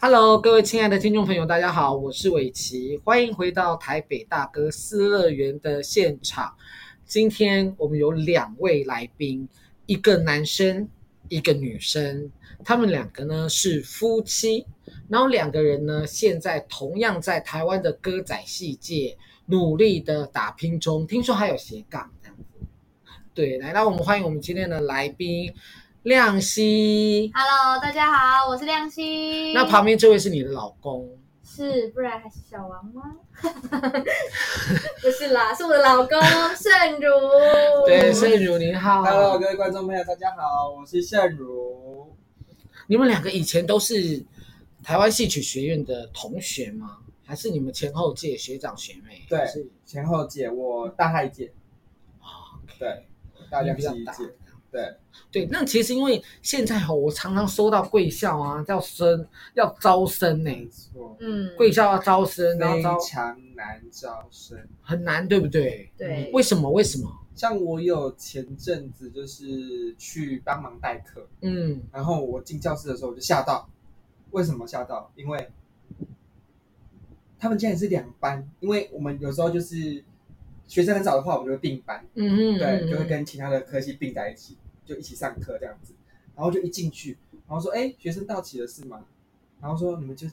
Hello，各位亲爱的听众朋友，大家好，我是伟奇，欢迎回到台北大哥私乐园的现场。今天我们有两位来宾，一个男生，一个女生，他们两个呢是夫妻，然后两个人呢现在同样在台湾的歌仔戏界努力的打拼中，听说还有斜杠这样子。对，来，那我们欢迎我们今天的来宾亮熙。 Hello，大家好，我是亮熙。那旁边这位是你的老公，是不然还是小王吗？ 不是啦，是我的老公盛如。对，盛如你好。 Hello，各位观众朋友，大家好，我是盛如。你们两个以前都是台湾戏曲学院的同学吗？还是你们前后届学长学妹？对还是前后届，我大汉一届，对，大哦你量比是较一大届，。对，对，那其实因为现在吼，我常常收到贵校啊，要生要招生呢、没错，嗯，贵校要招生，然后非招常难招生。很难，对不对？嗯对，为什么？为什么？像我有前阵子就是去帮忙代课，嗯，然后我进教室的时候我就吓到，为什么吓到？因为他们竟然是两班，因为我们有时候就是学生很少的话，我们就并班，嗯嗯，对，嗯就会跟其他的科系并在一起，就一起上课这样子。然后就一进去，然后说：“哎，学生到齐了是吗？”然后说：“你们就，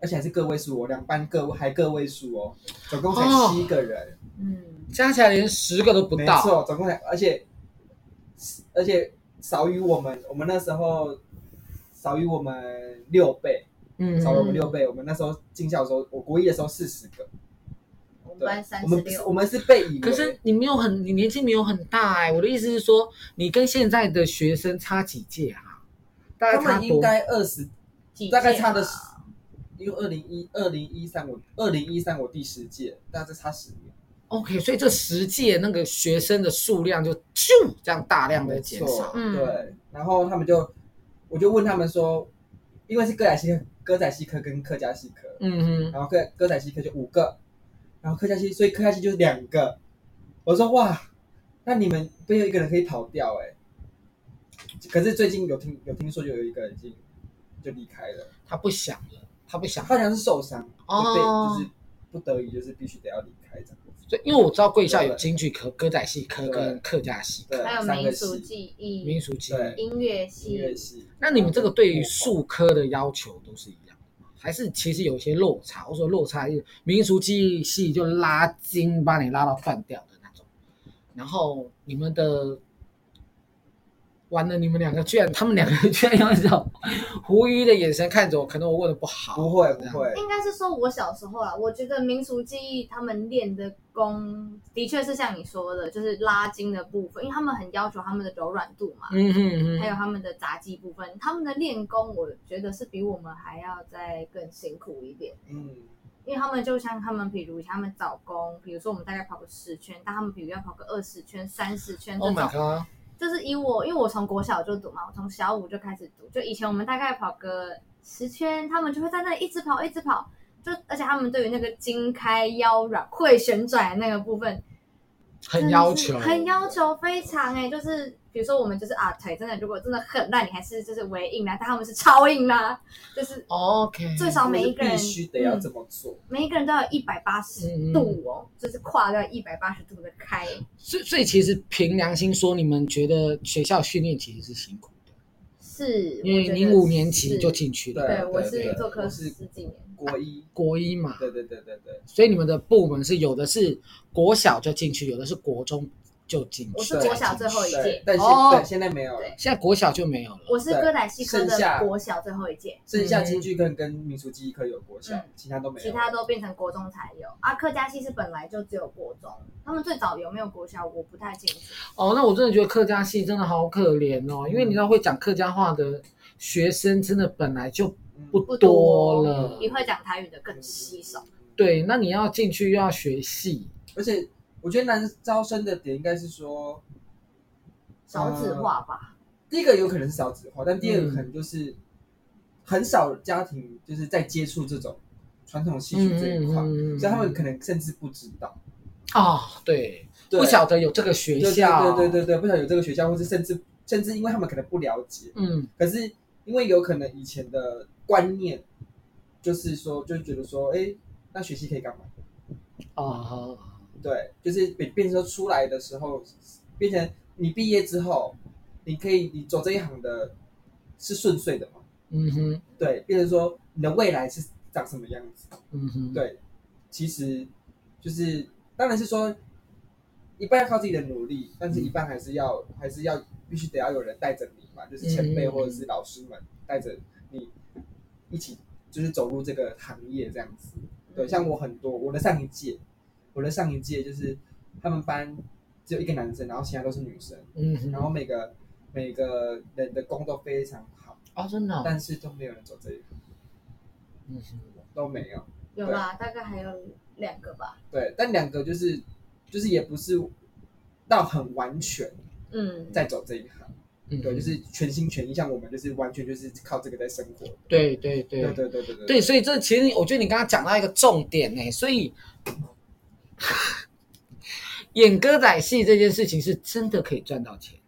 而且还是个位数哦，两班个位还个位数哦，总共才哦七个人，嗯，加起来连十个都不没到，错，总共才，而且而且少于我们，我们那时候少于我们六倍，嗯，少了我们六倍。我们那时候进校的时候，我国一的时候四十个，我们对班，三我十们不是我六。们是被以为，可是你没有很，你年纪没有很大哎、我的意思是说，你跟现在的学生差几届啊？大概他差们应多？该二十几大概差届的嘛是因为二零一二零一三我二零一三我第十届，那这差十年， OK，所以这十届那个学生的数量就咻这样大量的减少。嗯对，然后他们就我就问他们说，因为是歌仔戏歌仔戏科跟客家戏科，嗯哼，然后歌歌仔戏科就五个，然后客家戏所以客家戏就是两个。我说哇，那你们没有一个人可以跑掉哎、可是最近有听有听说就有一个人已经就离开了，他不想了，他不想他。好像是受伤，就被哦就是不得已就是必须得要离开这样子。所以因为我知道贵校有京剧科、歌仔戏科跟客家戏科、对，啊还有三民个俗系技艺、民俗技对艺。音乐音系，乐系。那你们这个对于术科的要求都是一样的吗？还是其实有些落差？我说落差是民俗技艺系就拉筋把你拉到断掉的那种，然后你们的。完了，你们两个居然，他们两个居然用一种狐疑的眼神看着我，可能我问的不好。不会不这样会，应该是说我小时候啦，我觉得民俗技艺他们练的功，的确是像你说的，就是拉筋的部分，因为他们很要求他们的柔软度嘛。嗯哼还哼，有他们的杂技部分，他们的练功，我觉得是比我们还要再更辛苦一点，嗯，因为他们就像他们，比如他们早功，比如说我们大概跑个十圈，但他们比如要跑个二十圈、三十圈这 Oh 种。 my god！就是以我，因为我从国小就读嘛，我从小五就开始读，就以前我们大概跑个十圈，他们就会在那里一直跑，一直跑，就而且他们对于那个筋开腰软、会旋转的那个部分，很要求，真的是很要求非常哎、就是比如说我们就是啊腿真的如果真的很烂，你还是就是微硬啊啦，但他们是超硬啦，就是。 OK，最少每一个人嗯就是必须得要这么做。每一个人都要一百八十嗯度哦，就是跨到一百八十度的开，所以所以其实凭良心说，你们觉得学校训练其实是辛苦的，是因为我觉得您五年级是就进去了，对对，我是对做科我十是几年，国一，国一嘛，对对对对对，所以你们的部门是有的是国小就进去，有的是国中就进去。我是国小最后一对届对，但现哦对现在没有了对，现在国小就没有了。我是歌仔戏科剩下的国小最后一届，剩下京剧课跟民俗记忆课有国小嗯，其他都没有。其他都变成国中才有。啊，客家戏是本来就只有国中，他们最早有没有国小我不太清楚。哦，那我真的觉得客家戏真的好可怜嗯哦，因为你知道会讲客家话的学生真的本来就嗯不不多了。也会讲台语的更稀少。。对，那你要进去又要学戏，嗯而且我觉得难招生的点应该是说，少子化吧，第一个有可能是少子化，但第二个嗯可能就是很少家庭就是在接触这种传统戏曲这一块，嗯嗯嗯嗯所以他们可能甚至不知道，哦，对，对不晓得有这个学校，对对对对对，不晓得有这个学校，或是甚至甚至因为他们可能不了解，嗯可是因为有可能以前的观念就是说，就觉得说，哎，那学习可以干嘛？哦，对，就是变变成说出来的时候，变成你毕业之后，你可以你走这一行的是顺遂的嘛？嗯哼，对，变成说你的未来是长什么样子？嗯哼，对，其实就是当然是说一半要靠自己的努力，但是一半还是要还是要必须得要有人带着你嘛，就是前辈嗯或者是老师们带着你一起就是走入这个行业这样子。嗯对，像我很多我的上一届，我的上一届就是他们班只有一个男生，然后其他都是女生，嗯哼，然后每个每个人的功都非常好，哦，真的哦，但是都没有人走这一行，嗯哼，都没有。嗯有啦，大概还有两个吧。对，但两个就是就是也不是到很完全嗯，在走这一行，嗯对，哼就是全心全意，像我们就是完全就是靠这个在生活。对对对对对对对对对，所以这其实我觉得你刚刚讲到一个重点呢、所以 演歌仔戏这件事情是真的可以赚到钱，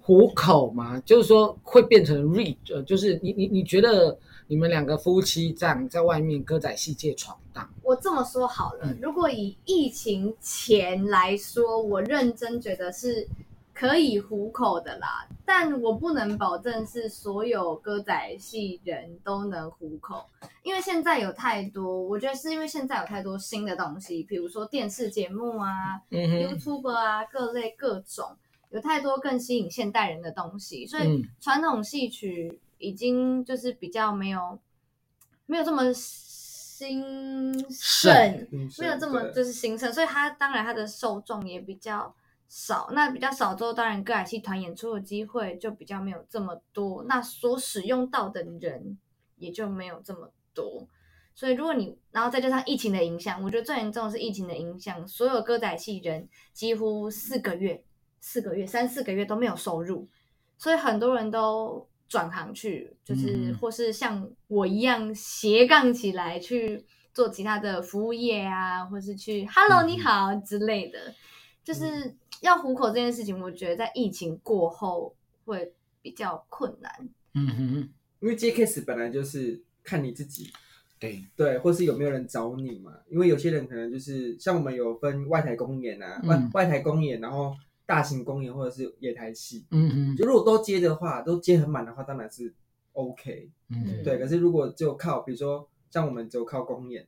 糊口嘛，就是说会变成 re 呃，就是你你你觉得你们两个夫妻这样在外面歌仔戏界闯荡，我这么说好了嗯，如果以疫情前来说，我认真觉得是可以糊口的啦，但我不能保证是所有歌仔戏人都能糊口，因为现在有太多，我觉得是因为现在有太多新的东西，比如说电视节目啊，嗯 YouTube 啊，各类各种，有太多更吸引现代人的东西，所以嗯传统戏曲已经就是比较没有没有这么兴盛，嗯是没有这么对就是兴盛，所以它当然它的受众也比较少。那比较少之后，当然歌仔戏团演出的机会就比较没有这么多，那所使用到的人也就没有这么多。所以如果你，然后再加上疫情的影响，我觉得最严重的是疫情的影响，所有歌仔戏人几乎四个月、四个月、三四个月都没有收入，所以很多人都转行去，就是嗯或是像我一样斜杠起来去做其他的服务业啊，或是去 “hello 嗯你好”之类的，就是要糊口这件事情，我觉得在疫情过后会比较困难。嗯哼，因为接 case 本来就是看你自己，对，对，或是有没有人找你嘛。因为有些人可能就是像我们有分外台公演啊，外嗯外台公演，然后大型公演或者是野台戏，嗯哼，就如果都接的话，都接很满的话，当然是 OK。嗯哼对，可是如果只有靠，比如说像我们只有靠公演，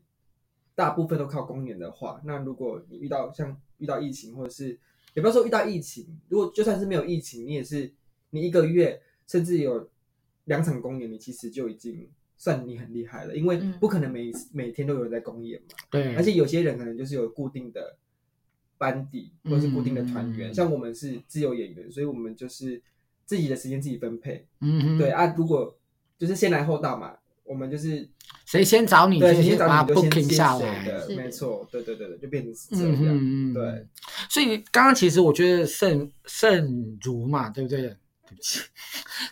大部分都靠公演的话，那如果你遇到像遇到疫情，或者是也不要说遇到疫情，如果就算是没有疫情，你也是你一个月甚至有两场公演，你其实就已经算你很厉害了，因为嗯不可能每一次每天都有人在公演嘛，对，而且有些人可能就是有固定的班底或者是固定的团员，嗯像我们是自由演员，所以我们就是自己的时间自己分配，嗯哼，对，啊，如果就是先来后到嘛，我们就是谁先找你，对，就谁先先找把你就先 booking 接下谁来，的，是没错，对对对对，就变成是这嗯样，嗯嗯，对。所以刚刚其实我觉得盛盛如嘛，对不对？ 对不起，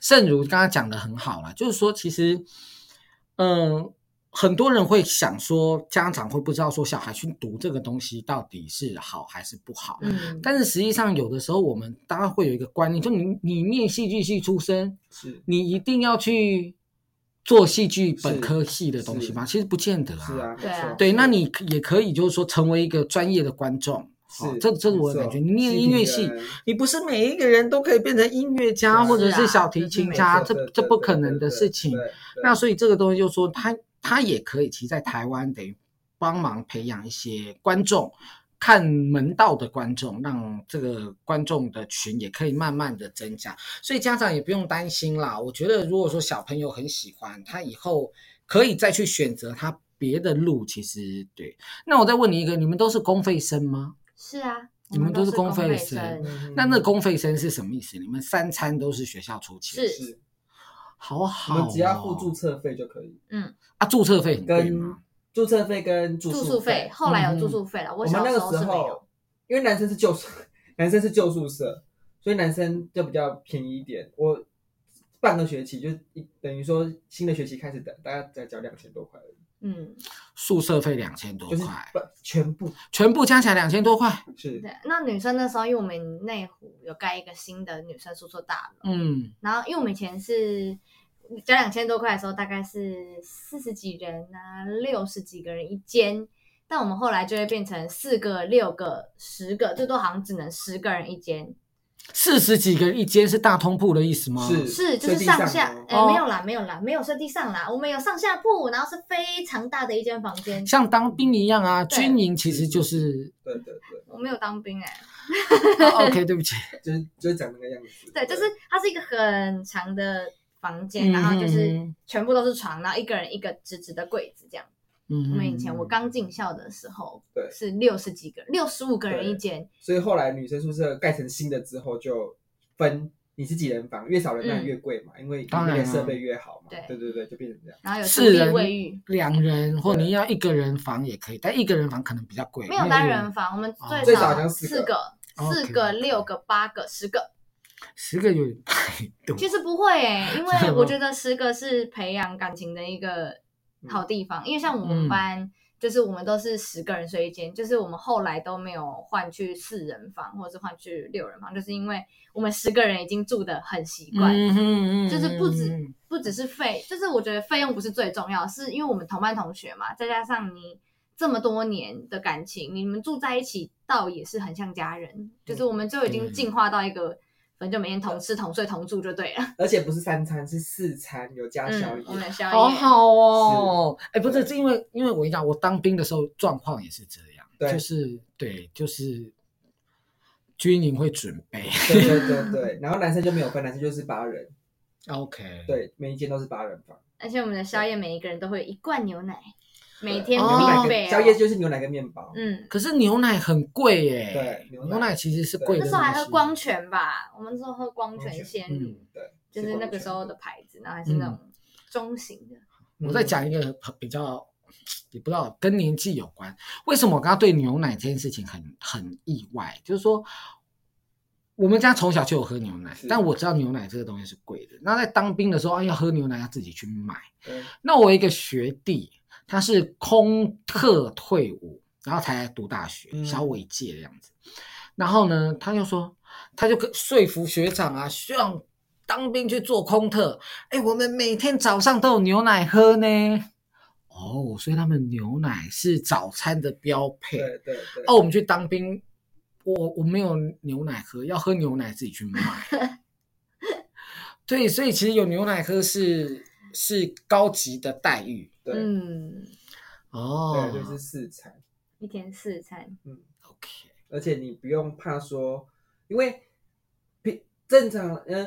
盛如刚刚讲的很好啦，就是说其实，嗯，很多人会想说，家长会不知道说小孩去读这个东西到底是好还是不好，嗯，但是实际上有的时候我们当然会有一个观念，就你你念戏剧系出身，是你一定要去做戏剧是本科系的东西是吗？其实不见得是啊，没对啊错对，那你可也可以就是说成为一个专业的观众，是哦这这是没我的感错觉。你念戏音乐评系人，你不是每一个人都可以变成音乐家对或者是是啊小提琴没家，错这对对这不对可对能的对事情对。对那所以这个东西就是说，他他也可以，其实在台湾得帮忙培养一些观众。看门道的观众，让这个观众的群也可以慢慢的增加，所以家长也不用担心啦。我觉得，如果说小朋友很喜欢，他以后可以再去选择他别的路。其实对，那我再问你一个，你们都是公费生吗？是啊，你们都是都公费费生嗯那那公费生是什么意思？你们三餐都是学校出钱，是是好我好、哦，们只要付注册费就可以，啊，注册费很贵跟吗？注册费跟住住宿宿费，后来有住嗯宿费了。我我们小那时个候是时没有候。，因为男生是旧宿，男生是旧宿舍，所以男生就比较便宜一点。我半个学期就一等于说新的学期开始的，大概才交两千多块而已。嗯，宿舍费两千多就是块，不 全部全部加起来两千多块。是对。那女生那时候，因为我们内湖有盖一个新的女生宿舍大楼，嗯，然后因为我们以前是交两千多块的时候，大概是四十几人啊，六十几个人一间，但我们后来就会变成四个、六个、十个，最多好像只能十个人一间。四十几个人一间是大通铺的意思吗？是是，就设是计上上下楼，哎、哦没有啦，没有啦，没有设地上啦，我们有上下铺，然后是非常大的一间房间。像当兵一样啊，对军营其实 就是、对对对，我没有当兵哎、啊 OK，对不起，就是就是长那个样子。对，就是它是一个很长的房嗯间，然后就是嗯全部都是床，然后一个人一个直直的柜子这样。嗯我们以前我刚进校的时候，对是六十几个，六十五个人一间，所以后来女生宿舍盖成新的之后，就分你是几人房，越少人当然越贵嘛，因为当你然啊的设备越好嘛。嗯对对对对，就变成这样。然后有独四立人卫浴，两人，或你要一个人房也可以，但一个人房可能比较贵。没有单人，房，我们哦最最少好少像四四个、 OK 四个、六个、八个、十个。十个有点太 多。其实不会诶、真因的为吗我觉得十个是培养感情的一个嗯好地方，因为像我们嗯班。就是我们都是十个人睡一间，就是我们后来都没有换去四人房，或者是换去六人房，就是因为我们十个人已经住的很习惯，嗯哼嗯就是不止嗯不只是费，就是我觉得费用不是最重要，是因为我们同班同学嘛，再加上你这么多年的感情，你们住在一起，倒也是很像家人，就是我们就已经进化到一个，反正就每天同吃同睡同住就对了。而且不是三餐，是四餐，有加宵嗯，夜我。们的宵夜，好好哦。哎，不是，是因为因为我跟你讲，我当兵的时候状况也是这样，对就是对，就是军营会准备。对对对对，然后男生就没有分，男生就是八人， OK，，对，每一间都是八人房，而且我们的宵夜每一个人都会有一罐牛奶，每天哦牛奶必备、哦。跟宵夜就是牛奶跟面包，嗯，可是牛奶很贵耶。对牛牛奶奶其实是贵的东那时西。候还喝光泉吧，我们那时候喝光光泉泉鲜乳，嗯，对，就是那个时嗯候的牌子，然后还是那种中型的。我再讲一个比较，也不知道跟年纪有关。为什么我刚刚对牛奶这件事情很很意外？就是说，我们家从小就有喝牛奶是，但我知道牛奶这个东西是贵的。那在当兵的时候，啊要喝牛奶要自己去买。嗯，那我有一个学弟，他是空特退伍，然后才来读大学，嗯小我一届的样子。然后呢，他就说，他就跟说服学长啊，学长当兵去做空特，哎，我们每天早上都有牛奶喝呢。哦，所以他们牛奶是早餐的标配。对对对，哦，我们去当兵，我我没有牛奶喝，要喝牛奶自己去买。对，所以其实有牛奶喝是是高级的待遇对嗯，哦。对，就是四餐。一天四餐。 OK，而且你不用怕说，因为平正常，嗯、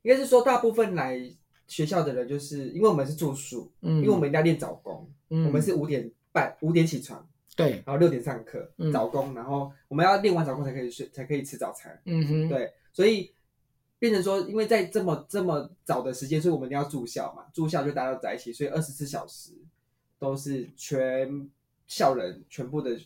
应该是说大部分来学校的人，就是因为我们是住宿，嗯，因为我们一定要练早工，嗯我们是五点半五点起床，对，然后六点上课、嗯早工，然后我们要练完早工才可以睡，才可以吃早餐，嗯哼，对，所以。变成说，因为在这么这么早的时间，所以我们一定要住校嘛，住校就大家都在一起，所以二十四小时都是全校人全部的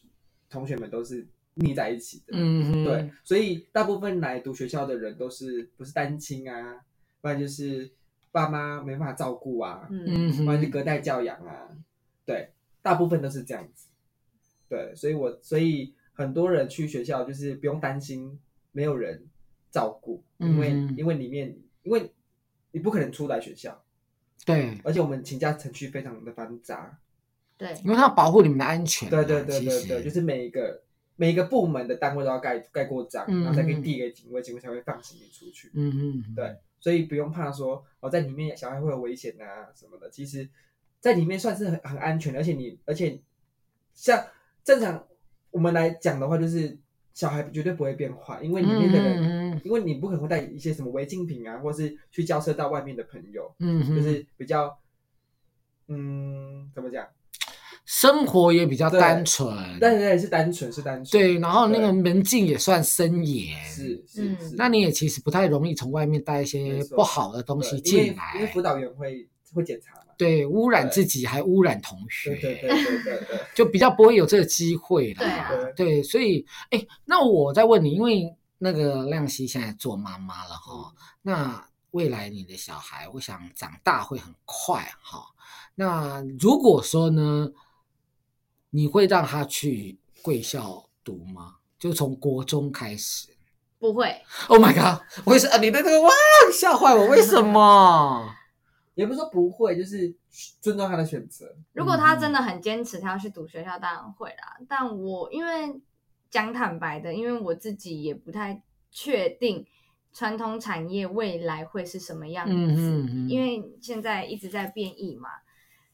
同学们都是腻在一起的。嗯哼，对，所以大部分来读学校的人都是不是单亲啊，不然就是爸妈没办法照顾啊，嗯，嗯不然就哼，隔代教养啊，对，大部分都是这样子。对，所以我所以很多人去学校就是不用担心没有人照顾，因为、嗯哼因为里面因为你不可能出来学校，对，而且我们请假程序非常的繁杂，对，因为他要保护你们的安全啊、对对对其对实对，就是每一个。每一个部门的单位都要盖盖过章，然后才可嗯以嗯递给警卫，警卫才会放行李出去。嗯哼，对所以不用怕说哦，在里面小孩会有危险啊什么的。其实，在里面算是很很安全的，而且你而且像正常我们来讲的话，就是小孩绝对不会变坏，因为里面的人，嗯因为你不可能会带一些什么违禁品啊，或是去交涉到外面的朋友，嗯哼，就是比较嗯怎么讲？生活也比较对单纯，但是是单纯是单纯，对，然后那个对门禁也算森严，是是嗯是，那你也其实不太容易从外面带一没些错不好的东对西因为进因为来，辅导员会会检查嘛，对，污染对自己还污染同学，对对对对对对。就比较不会有这个机会啦。 对啊对所以，哎，那我再问你，因为那个亮熙现在做妈妈嗯了哈、那未来你的小孩，我想长大会很快哈、那如果说呢，你会让他去贵校读吗？就从国中开始不会， ？Oh my god！为什么你的那个哇吓坏我？为什 么？也不是说不会，就是尊重他的选择。如果他嗯真的很坚持，他要去读学校，当然会啦。但我因为讲坦白的，因为我自己也不太确定传统产业未来会是什么样子，嗯哼嗯哼因为现在一直在变异嘛。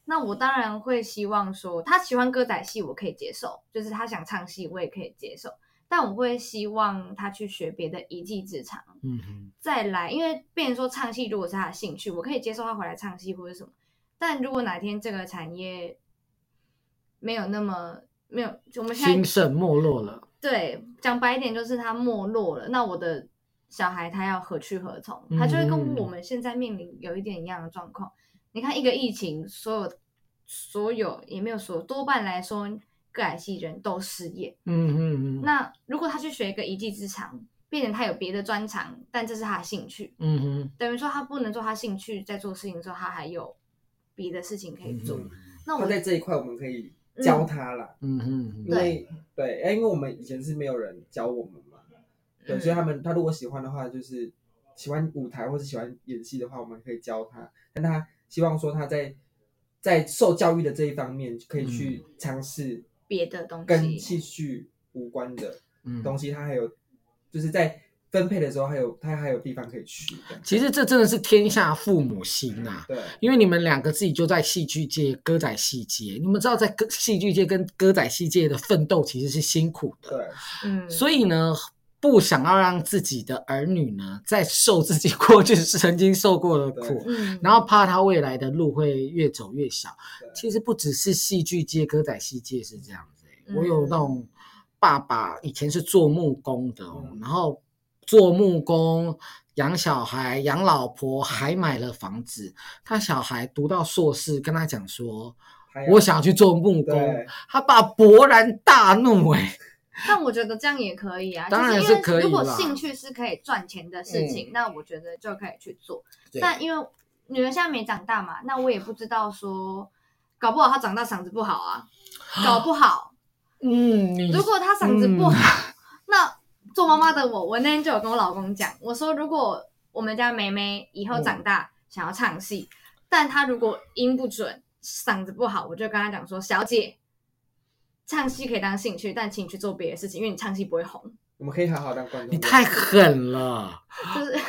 那我当然会希望说，他喜欢歌仔戏，我可以接受；就是他想唱戏，我也可以接受。但我会希望他去学别的一技之长，嗯哼，再来，因为变成说唱戏如果是他的兴趣，我可以接受他回来唱戏或者什么。但如果哪天这个产业没有那么没有，就我们现兴在盛没落了。对讲白一点，就是他没落了，那我的小孩他要何去何从？他就会跟嗯我们现在面临有一点一样的状况。你看一个疫情，所有所有也没有所有多半来说，个矮戏人都失业。嗯哼嗯哼，那如果他去学一个一技之长，变成他有别的专长，但这是他的兴趣，嗯哼，等于说他不能做他兴趣在做事情的时候，他还有别的事情可以做。嗯哼那他我在这一块我们可以教他啦，嗯哼，因为对，哎，因为我们以前是没有人教我们嘛，对，嗯所以他们他如果喜欢的话，就是喜欢舞台或是喜欢演戏的话，我们可以教他，但他希望说他在在受教育的这一方面可以去嗯尝试别的东跟西戏剧无关的嗯东西，他还有就是在分配的时候还有他还有地方可以去的，其实这真的是天下父母心呐、对，因为你们两个自己就在戏剧界、歌仔戏界，你们知道在歌戏剧界跟歌仔戏界的奋斗其实是辛苦的，对，嗯，所以呢，不想要让自己的儿女呢再受自己过去曾经受过的苦，嗯，然后怕他未来的路会越走越小。对其实不只是戏剧界、歌仔戏界是这样子欸、嗯我有那种爸爸以前是做木工的哦，嗯然后做木工。养小孩、养老婆，还买了房子。他小孩读到硕士，跟他讲说还：“有我想要去做木工哎对。”他爸勃然大怒、欸，但我觉得这样也可以啊，当然就是因为可以如果啦嗯兴趣是可以赚钱的事情，那我觉得就可以去做。对但因为女儿现在没长大嘛，那我也不知道说，搞不好她长大嗓子不好啊，搞不好。嗯，你如果他嗓子不好，那做妈妈的我，我那天就有跟我老公讲，我说如果我们家梅梅以后长嗯大、想要唱戏，但她如果音不准，嗓子不好，我就跟她讲说，小姐，唱戏可以当兴趣，但请你去做别的事情，因为你唱戏不会红。我们可以好好当观众，你太狠了。就是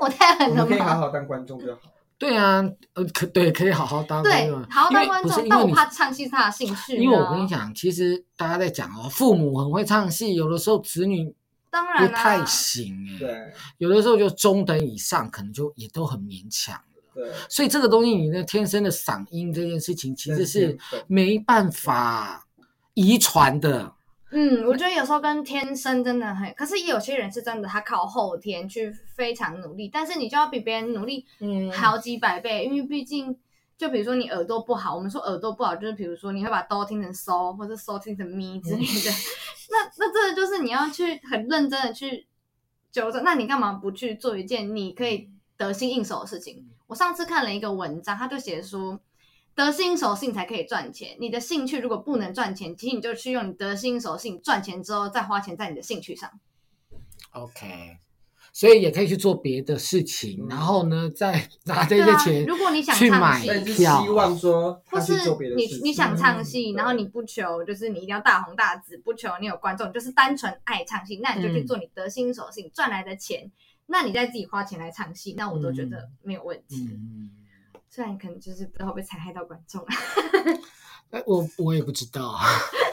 我太我狠了们可以好嘛。好当观众就好，对啊，呃，可对，可以好好当观对众，好好因为当观不是众，因但为我你怕唱戏是他的兴趣。啊因为我跟你，讲，其实大家在讲哦，父母很会唱戏，有的时候子女当然啊不啦、太行哎、对有的时候就中等以上，可能就也都很勉强了。对，所以这个东西，你的天生的嗓音这件事情，其实是天分没办法遗传的。嗯，我觉得有时候跟天生真的很，可是也有些人是真的，他靠后天去非常努力，但是你就要比别人努力嗯好几百倍，因为毕竟就比如说你耳朵不好，我们说耳朵不好，就是比如说你会把哆听成嗦，或者嗦听成嗯咪之类的，那那这个就是你要去很认真的去纠正，那你干嘛不去做一件你可嗯以得心应手的事情？我上次看了一个文章，他就写说，得心应手的事情才可以赚钱。你的兴趣如果不能赚钱，其实你就去用你得心应手的事情赚钱之后，再花钱在你的兴趣上。 OK，所以也可以去做别的事情，嗯然后呢，再拿这对些啊钱，如果你想去唱买戏但是票希望说或他是去做别的你事情。你想唱戏，嗯然后你不求就是你一定要大红大紫，不求你有观众，你就是单纯爱唱戏，那你就去嗯做你得心应手的事情，赚来的钱，那你再自己花钱来唱戏，那我都觉得没有问题。嗯。虽然可能就是不知道会不会残害到观众啊。哎，我我也不知道，啊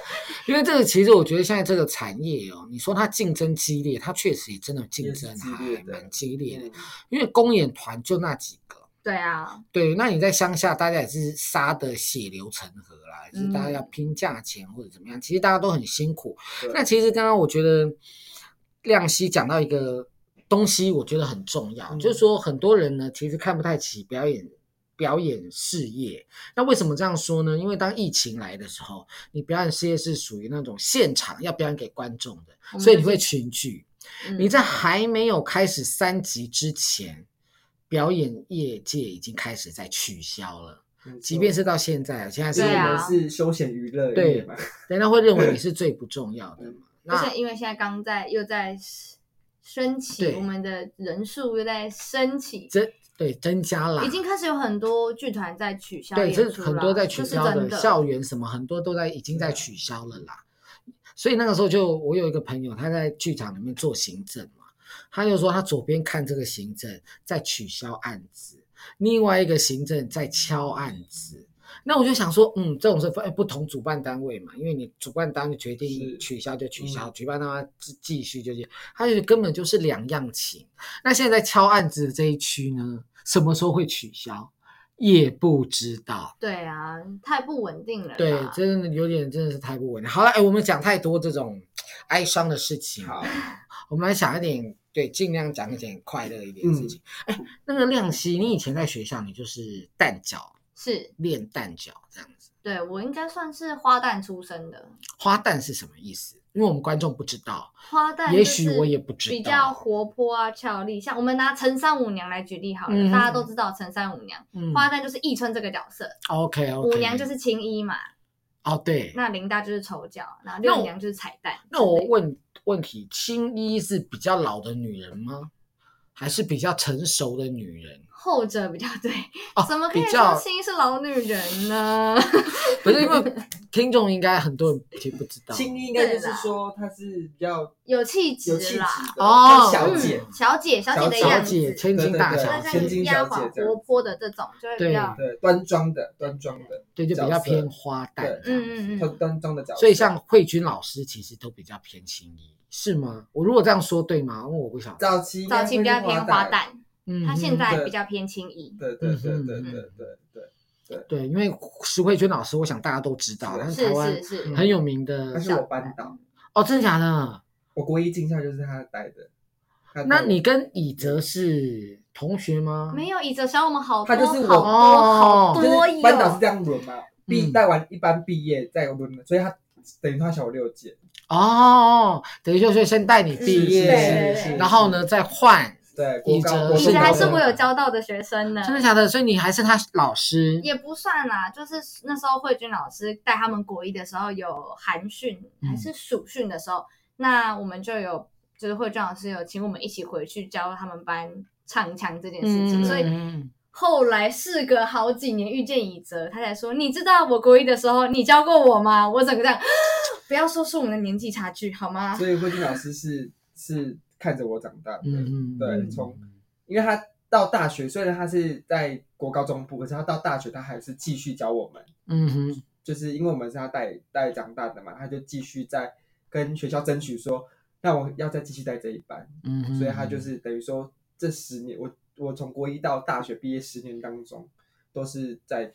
因为这个其实我觉得现在这个产业哦，你说它竞争激烈，它确实也真的竞也是争激烈还的蛮激烈的嗯，因为公演团就那几个，对啊，对，那你在乡下大家也是杀的血流成河啦，就是大家要嗯拼价钱或者怎么样，其实大家都很辛苦。对那其实刚刚我觉得亮熙讲到一个东西，我觉得很重要，嗯就是说很多人呢其实看不太起表演表演事业。那为什么这样说呢？因为当疫情来的时候，你表演事业是属于那种现场要表演给观众我的，们所以就你是会群聚。嗯你在还没有开始三级之前，表演业界已经开始在取消了，没错即便是到现在，现在其是实对我啊们是休闲娱乐对业嘛，人家会认为你是最不重要的嘛。而那且因为现在刚在又在升起，对我们的人数又在升起，增对增加啦已，经开始有很多剧团在取消对，演这出是很了多在取消这是真的校园什么很多都在已经在对啊取消了啦。所以那个时候就我有一个朋友，他在剧场里面做行政嘛，他就说他左边看这个行政在取消案子，另外一个行政在敲案子。那我就想说，嗯，这种是分、哎不同主办单位嘛，因为你主办单位决定是取消就取消，嗯举办单位继继续就继续，他就根本就是两样情。那现在在敲案子的这一区呢，什么时候会取消，也不知道。对啊，太不稳定了啦。对，真的有点真的是太不稳了。好了，哎，我们讲太多这种哀伤的事情，好，我们来想一点，对，尽量讲一点快乐一点嗯的事情。哎、那个亮熙，你以前在学校你就是蛋脚是练蛋脚这样子，对我应该算是花旦出身的，花旦是什么意思？因为我们观众不知道，花旦也就许是我也不知比道较活泼啊，俏丽。像我们拿陈三五娘来举例好了，嗯大家都知道陈三五娘，嗯花旦就是易春这个角色， ，OK OK，五娘就是青衣嘛，哦对，那林大就是丑角，然后那六我娘就是彩蛋之类的。那我问问题，青衣是比较老的女人吗？还是比较成熟的女人？后者比较对，哦怎么可以比说较青是老女人呢？ 不是因为 听众应该很多人其实不知道，青衣应该就是说她是比较有气质有气质啦，的，哦像小姐，嗯小姐，小姐的小小样子，姐千金大小那对千姐，像金丫小姐鬟这样活泼的这种就会比对较，对，端庄的，端庄的，对，就比较角色偏花旦对这样子。嗯嗯端嗯，端庄的角色。所以像慧君老师其实都比较偏青衣，是吗？我如果这样说对吗？因为我不晓得。早期应该早期比较偏花会是花旦，旦，嗯她现嗯在对比较偏轻易。对对对对对嗯对对对，对，因为石慧君老师，我想大家都知道，是嗯她是台是湾嗯是是，很有名的他是我班导，哦，真的假的？我国一进校就是他带的。他带那我你跟以哲是同学吗？没有以哲小我们好多她就是好我多哦好多就是班导是这有，样轮嘛，毕嗯带完一班毕业再轮的，所以他等于他小我六届，哦，等于就是先带你嗯毕是是业，是是是然后呢再换，对，以国高哲国以以哲中哲还高是中我有教到的学生呢。真的假的？所以你还是他老师，也不算啦，就是那时候慧君老师带他们国一的时候有韩训嗯还是暑训的时候，那我们就有就是慧君老师有请我们一起回去教他们班唱腔这件事情，所以嗯后来事隔好几年遇见以哲，他才说你知道我国一的时候你教过我吗？我整个这样， 不要说是我们的年纪差距好吗？所以慧君老师是是看着我长大的，嗯嗯，对，从因为他到大学，虽然他是在国高中部，可是他到大学他还是继续教我们，嗯哼，就是因为我们是他带带长大的嘛，他就继续在跟学校争取说，那我要再继续带这一班，嗯哼，所以他就是等于说这十年，我我从国一到大学毕业十年当中，都是在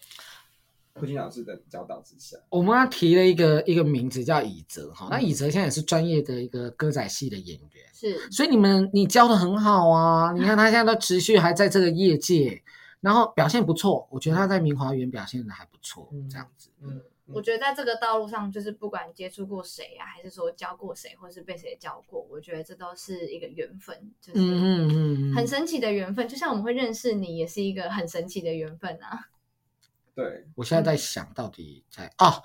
慧君老师的教导之下，我们刚刚提了一个一个名字叫以哲嗯哈，那以哲现在也是专业的一个歌仔戏的演员，是所以你们你教的很好啊，你看他现在都持续还在这个业界，然后表现不错，我觉得他在明华园表现的还不错，嗯这样子，嗯，我觉得在这个道路上，就是不管接触过谁啊，还是说教过谁，或是被谁教过，我觉得这都是一个缘分，就嗯是嗯嗯，嗯很神奇的缘分。就像我们会认识你，也是一个很神奇的缘分啊。对我现在嗯在想到底在哦，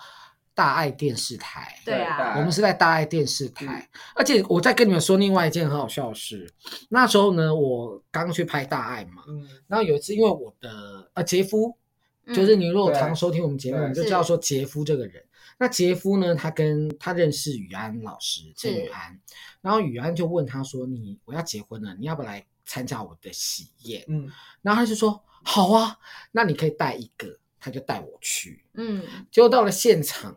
大爱电视台，对啊大我们是在大爱电嗯视台，而且我再跟你们说另外一件很好笑的事，那时候呢，我刚去拍大爱嘛，嗯然后有一次因为我的呃杰夫，嗯就是你如果对常收听我们节目，对你就知道说杰夫这个人。那杰夫呢，他跟他认识雨安老师陈雨安，然后雨安就问他说：“你我要结婚了，你要不要来参加我的喜宴？”嗯然后他就说：“好啊，那你可以带一个。”他就带我去，嗯，结果到了现场，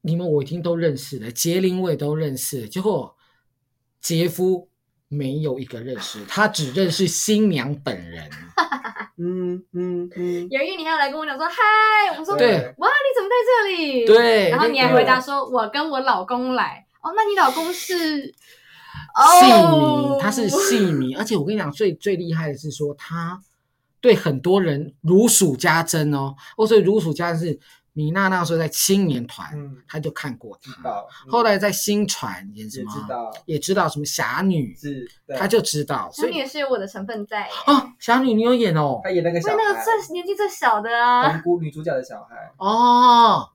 你们我已经都认识了，杰林我也都认识了，结果杰夫没有一个认 识，他只认识新娘本人。嗯嗯嗯，有一你还有来跟我讲说嗨，我说对哇，你怎么在这里？，对，然后你还那回个答说，我跟我老公来。哦，那你老 公是？戏哦，迷，他 是戏迷，而且我跟你讲，最最厉害的是说他对很多人如数家珍哦，哦，所以如数家珍是米娜那时候在青年团，嗯，他就看过知他。道。嗯后来在新传也什也么知道也知道什么侠女，是，对他就知道。小所女以也是有我的成分在耶，哦，侠女你有演哦他演那个所以小那个孩，最年纪最小的啊红，姑女主角的小孩，哦，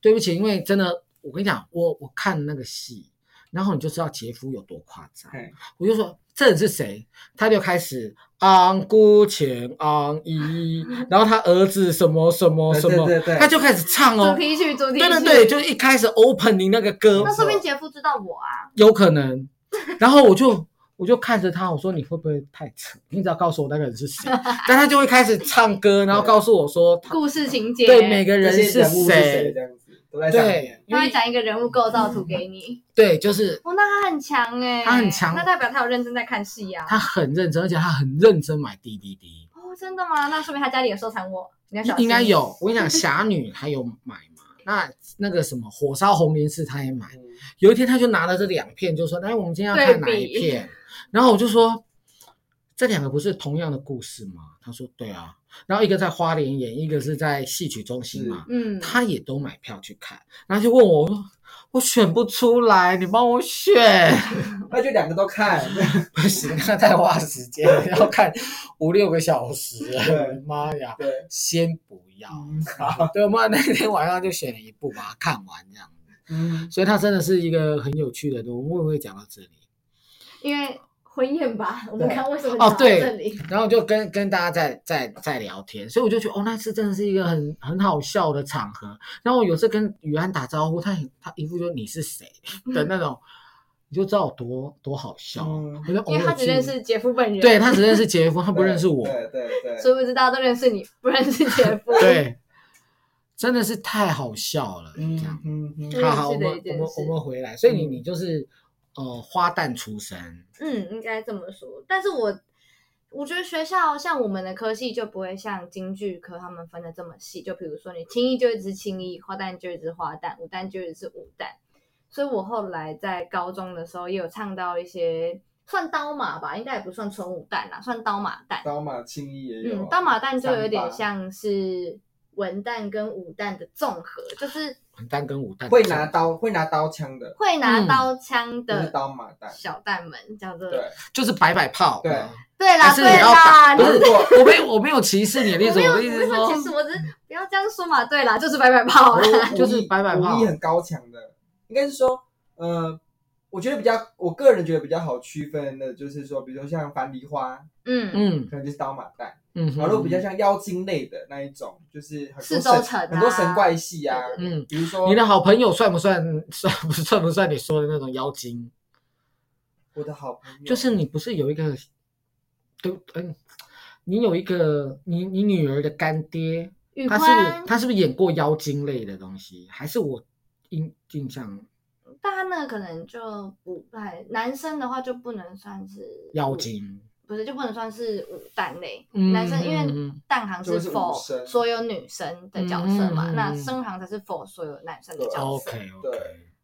对不起，因为真的，我跟你讲，我我看那个戏，然后你就知道杰夫有多夸张。嘿我就说这人是谁？他就开始昂姑前昂一， 然后他儿子什么什么哦什么，对对对他就开始唱主哦。题曲主题曲，对对对，就是一开始 opening 那个歌那，说明姐夫知道我啊，有可能。然后我就我就看着他，我说你会不会太扯？你只要告诉我那个人是 谁，但他就会开始唱歌，然后告诉我说他故事情节，对每个人这些人物是谁。这样子，都在上对面。，因他会为讲一个人物构造图给你。对，就是哦，那他很强哎、他很强那代表他有认真在看戏呀、他很认真，而且他很认真买 DVD，哦，真的吗？那说明他家里有收藏我，你要小心。应该。有。我跟你讲，侠女她有买 嘛？那那个什么火烧红莲寺她也买。嗯有一天她就拿了这两片，就说：“哎，我们今天要对看哪一比片？”然后我就说：“这两个不是同样的故事吗？”她说：“对啊。”然后一个在花莲演，一个是在戏曲中心嘛。嗯，她也都买票去看，然后就问我，我说：“我选不出来，你帮我选。”那就两个都看， 不行，那太花时间了，要看五六个小时。对 妈呀，对，先不要。啊嗯 对，我们那天晚上就选了一部把它看完这样子，嗯，所以它真的是一个很有趣的东西。我们会不会讲到这里？因为婚宴吧，我们看为什么哦讲到对这里，然后就跟跟大家在在在聊天，所以我就觉得哦，那次真的是一个很很好笑的场合。然后我有次跟雨安打招呼，他很他一副就是你是谁的那种，你就知道我多多好笑。嗯我就偶因为他尔只去，认识姐夫本人，对，他只认识杰夫，哦他他不认识我。对对对，殊不知大家都认识你，不认识姐 夫。对，真的是太好笑了，这样。嗯嗯嗯好好，我是的们一我件们事我们回来，所以你嗯你就是呃花旦出身，嗯，应该这么说。但是我我觉得学校像我们的科系就不会像京剧科他们分的这么细，就比如说你青衣就一支青衣，花旦就一支花旦，武旦就一支武旦。所以我后来在高中的时候也有唱到一些算刀马吧，应该也不算纯武旦啦，算刀马旦。刀马青衣也有嗯啊，，刀马旦就有三点八像是文旦跟武旦的综合，就是文旦跟武旦会的差拿刀会拿刀枪的，会拿嗯刀枪就的是刀马旦，小旦们叫做对，就是摆摆炮，对嗯对但啦是你对要啦，打，你不是我我没有我没有歧视你的意思，我没有，我我的意思是没有说其实我只是不要这样说嘛。对啦， 就是白白泡啦。 我就是武艺白白炮武艺很高强的，应该是说，呃，我觉得比较，我个人觉得比较好区分的，就是说，比如说像樊梨花，嗯，嗯可能就是刀马旦，嗯哼，然后比较像妖精类的那一种，就是很四多周神城啊很多神怪戏啊，对嗯，比如说你的好朋友算不算 算不算不算你说的那种妖精？我的好朋友，就是你不是有一个，对不，嗯，你有一个你你女儿的干爹，宇他是不是宽，他是不是演过妖精类的东西？还是我印印象但他那个可能就不太，男生的话就不能算是妖，精？不是就不能算是武旦类。嗯男生因嗯为嗯蛋行就是是武否生所有女生的角色嘛，嗯嗯嗯那生行才是否所有男生的对角 OK 色。 OK，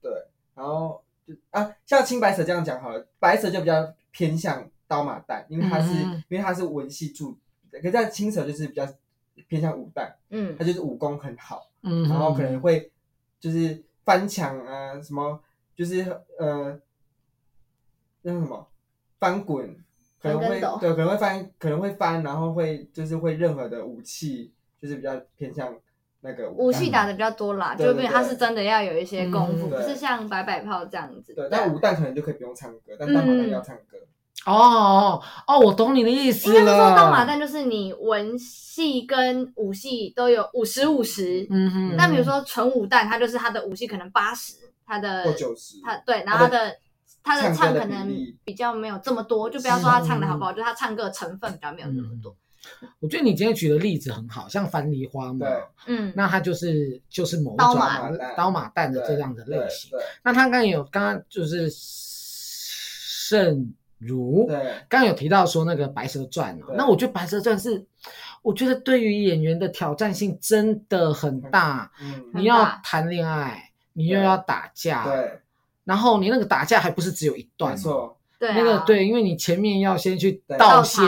对，然后就啊，像青白蛇这样讲好了，白蛇就比较偏向刀马旦，因为它是、嗯因为它是文戏著，可是像青蛇就是比较偏向武旦，嗯它，就是武功很好。嗯然后可能会就是翻墙啊，什么就是呃，那叫什么翻滚，可能翻会跟斗对，可能会翻，可能会翻，然后会就是会任何的武器，就是比较偏向那个武旦器打的比较多啦，对就因对为对他是真的要有一些功夫，嗯不对是像白白泡这样子。对，但武旦可能就可以不用唱歌，但嗯单马旦要唱歌，哦哦哦，我懂你的意思应该是说了。刀马旦就是你文戏跟武戏都有五十五十。嗯哼，那比如说纯武旦，他就是他的武戏可能八十，他的或九十，他对，然后他他的的他的唱唱歌可的能比例哦比较没有这么多，就不要说他唱的好不好，就他唱歌的成分比较没有那么多。我觉得你今天举的例子很好，像樊梨花嘛，对嗯，那它就是就是某一刀种马旦刀马旦的对这样的类型。对那他刚刚有刚刚就是盛如，对对刚刚有提到说那个《白蛇传》哦，对那我觉得《白蛇传》是，我觉得对于演员的挑战性真的很大。嗯，你要谈恋爱，你又要打架，对，然后你那个打架还不是只有一段、没，错，对啊，那个对，因为你前面要先去对倒稻仙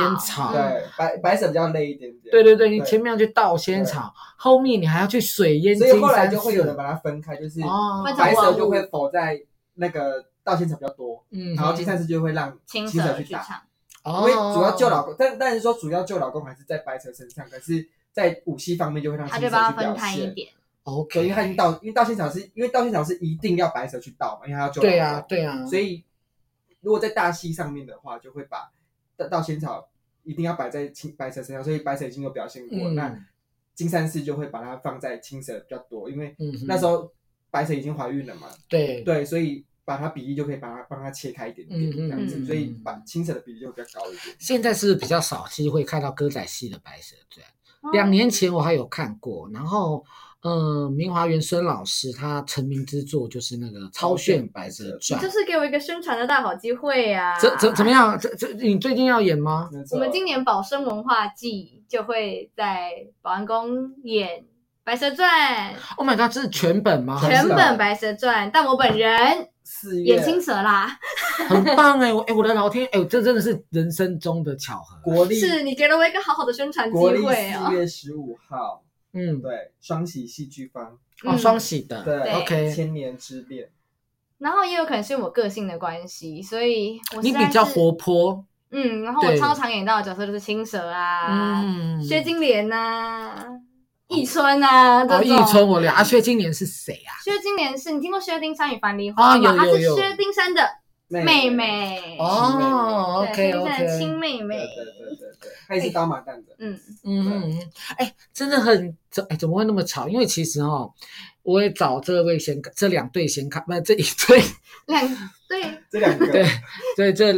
草，草对，白白色比较累一点啊点。对对对，你对前面要去倒仙草，后面你还要去水淹所金以后来山就会有人寺。把它分开，就是哦分成白蛇就会否在那个道歉场比较多，嗯，然后金山寺就会让青青蛇蛇去去打唱，哦，因为主要救老公，但但是说主要救老公还是在白蛇身上，可是，在武戏方面就会让他青就蛇把它去分表开一现。点。 OK，对，因为他已经到，因为到现场是因为到现场是一定要白蛇去倒嘛，因为他要救老公对啊，对啊，所以如果在大戏上面的话，就会把到到仙草一定要摆在青白蛇身上，所以白蛇已经有表现过，嗯那金山寺就会把它放在青蛇比较多，因为嗯哼，那时候白蛇已经怀孕了嘛，对对，所以把它比例就可以把它帮它切开一点点这样子，嗯嗯嗯所以把青蛇的比例就会比较高一点。现在是不是比较少机会看到歌仔戏的《白蛇传》？哦两年前我还有看过，然后，呃，明华元孙老师他成名之作就是那个《超炫白蛇传你就》。是给我一个宣传的大好机会 呀、啊！怎怎怎么？样？这这你最近要演吗？那时我候们今年保生文化季就会在保安宫演《白蛇传》， Oh my god，这是全本吗？全全本本《白蛇传》，但我本人四月演青蛇啦。很棒哎、我哎、我的老天哎、这真的是人生中的巧合。国历是你给了我一个好好的宣传机国历会啊四哦。月十五号，嗯，对，双喜戏剧坊，哦，嗯双喜的，对 o k 千年之恋，然后也有可能是我个性的关系，所以我你实在比较是活泼，嗯，然后我对超常演到的角色就是青蛇啊、嗯，薛金莲呐、易春啊哦，这一种。春我了啊，薛金莲是谁啊？薛金莲是你听过薛丁山与樊梨花啊有吗？她有是有薛丁山的妹妹妹，哦，OK 对，薛丁山的 OK，亲妹妹对。对对对对，他也是当马蛋的，嗯，嗯嗯，嗯，哎，真的很怎哎怎么会那么吵？因为其实哦，我也找这位显卡，这两对显卡，不是这一对， 两对，这两个对对这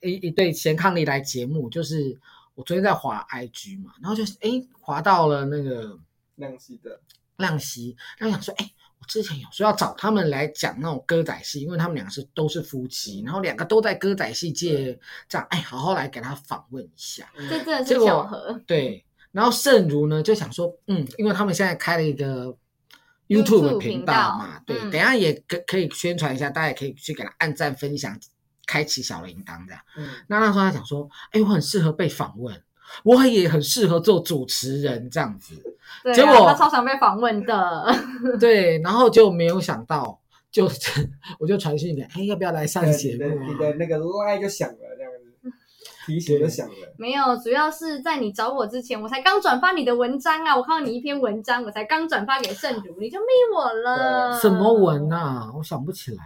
一一对贤伉俪来节目，就是我昨天在滑 IG 嘛，然后就是哎滑到了那个亮系的，亮熙，然后想说哎。我之前有说要找他们来讲那种歌仔戏，因为他们两个是都是夫妻，然后两个都在歌仔戏界这样，哎，好好来给他访问一下。嗯这真的结是果巧合。对，然后盛如呢就想说，嗯，因为他们现在开了一个 YouTube YouTube 频频道道嘛，对，嗯等一下也可可以宣传一下，大家也可以去给他按赞、分享、开启小铃铛这样。嗯，那那时候他想说，哎，我很适合被访问，我也很适合做主持人这样 子，对啊，结果她超常被访问的，对，然后就没有想到。就 我就传讯给，哎，要不要来上节你目的啊你的那个 line 就响了，这样子，提醒就响了，没有，主要是在你找我之前，我才刚转发你的文章啊，我看到你一篇文章，我才刚转发给盛如，你就密我了。什么文？呐、我想不起来，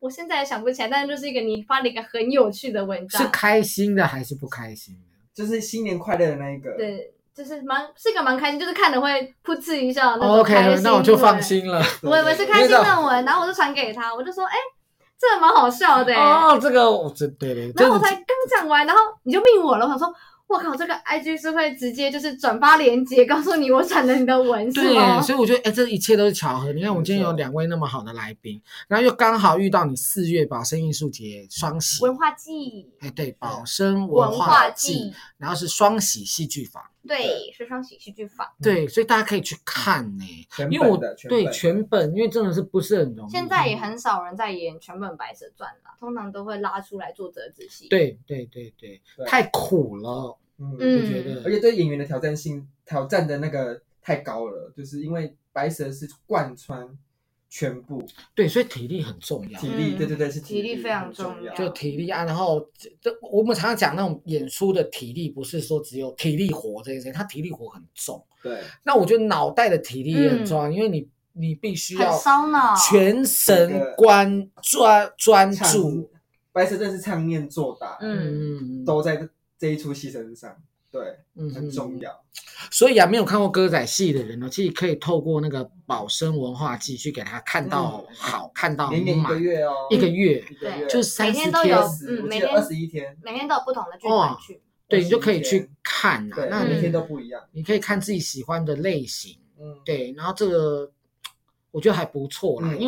我现在也想不起来，但是就是一个你发了一个很有趣的文章，是开心的还是不开心的？就是新年快乐的那一个，，对，就是蛮是个蛮开心，就是看了会噗嗤一笑哦那种开哦 OK，心那我就的放。心了。我以为是开心的文，然后我就传给他，我就说，哎、这个蛮好笑的、欸。哦，这个我这对对，然这后我是才刚讲完，然后你就命我了，我想说。我靠，这个 IG 是会直接就是转发链接，告诉你我传了你的文是哦吗对，？所以我觉得哎，这一切都是巧合。你看，我今天有没错两位那么好的来宾，然后又刚好遇到你四月宝生艺术节双喜，文化季，哎对，宝生文化化季，，然后是双喜戏剧坊，对，时尚喜剧剧坊。对，所以大家可以去看呢，全因为我本的，对本全本，因为真的是不是很容易，现在也很少人在演全本《白蛇传》了，通常都会拉出来做折子戏。，对对对对，对太苦了，嗯，我觉得而且对演员的挑战性挑战的那个太高了，就是因为白蛇是贯穿全部对，所以体力很重要体。力，嗯对对对，是体力非常很重重要就体力啊，然后这这我们常常讲那种演出的体力，不是说只有体力活这件事情，他体力活很重。对，那我觉得脑袋的体力也很重啊要，因为你你必须嗯很要烧脑。全神关专专注唱，白蛇真的是唱念做打，嗯，嗯，都在这一出戏身上，对，嗯很重。嗯要。所以啊，没有看过歌仔戏的人呢，其实可以透过那个宝生文化季去给他看到嗯好，看到连演一个满月哦，一个月，一个月就是三每四天都有天二，十，嗯我每记得天二十一天，每天都有不同的剧哇团去。对， 21你就可以去天，看啊。对，那嗯每天你都不一样，你可以看自己喜欢的类型，嗯，对，然后这个我觉得还不错啦，嗯因为。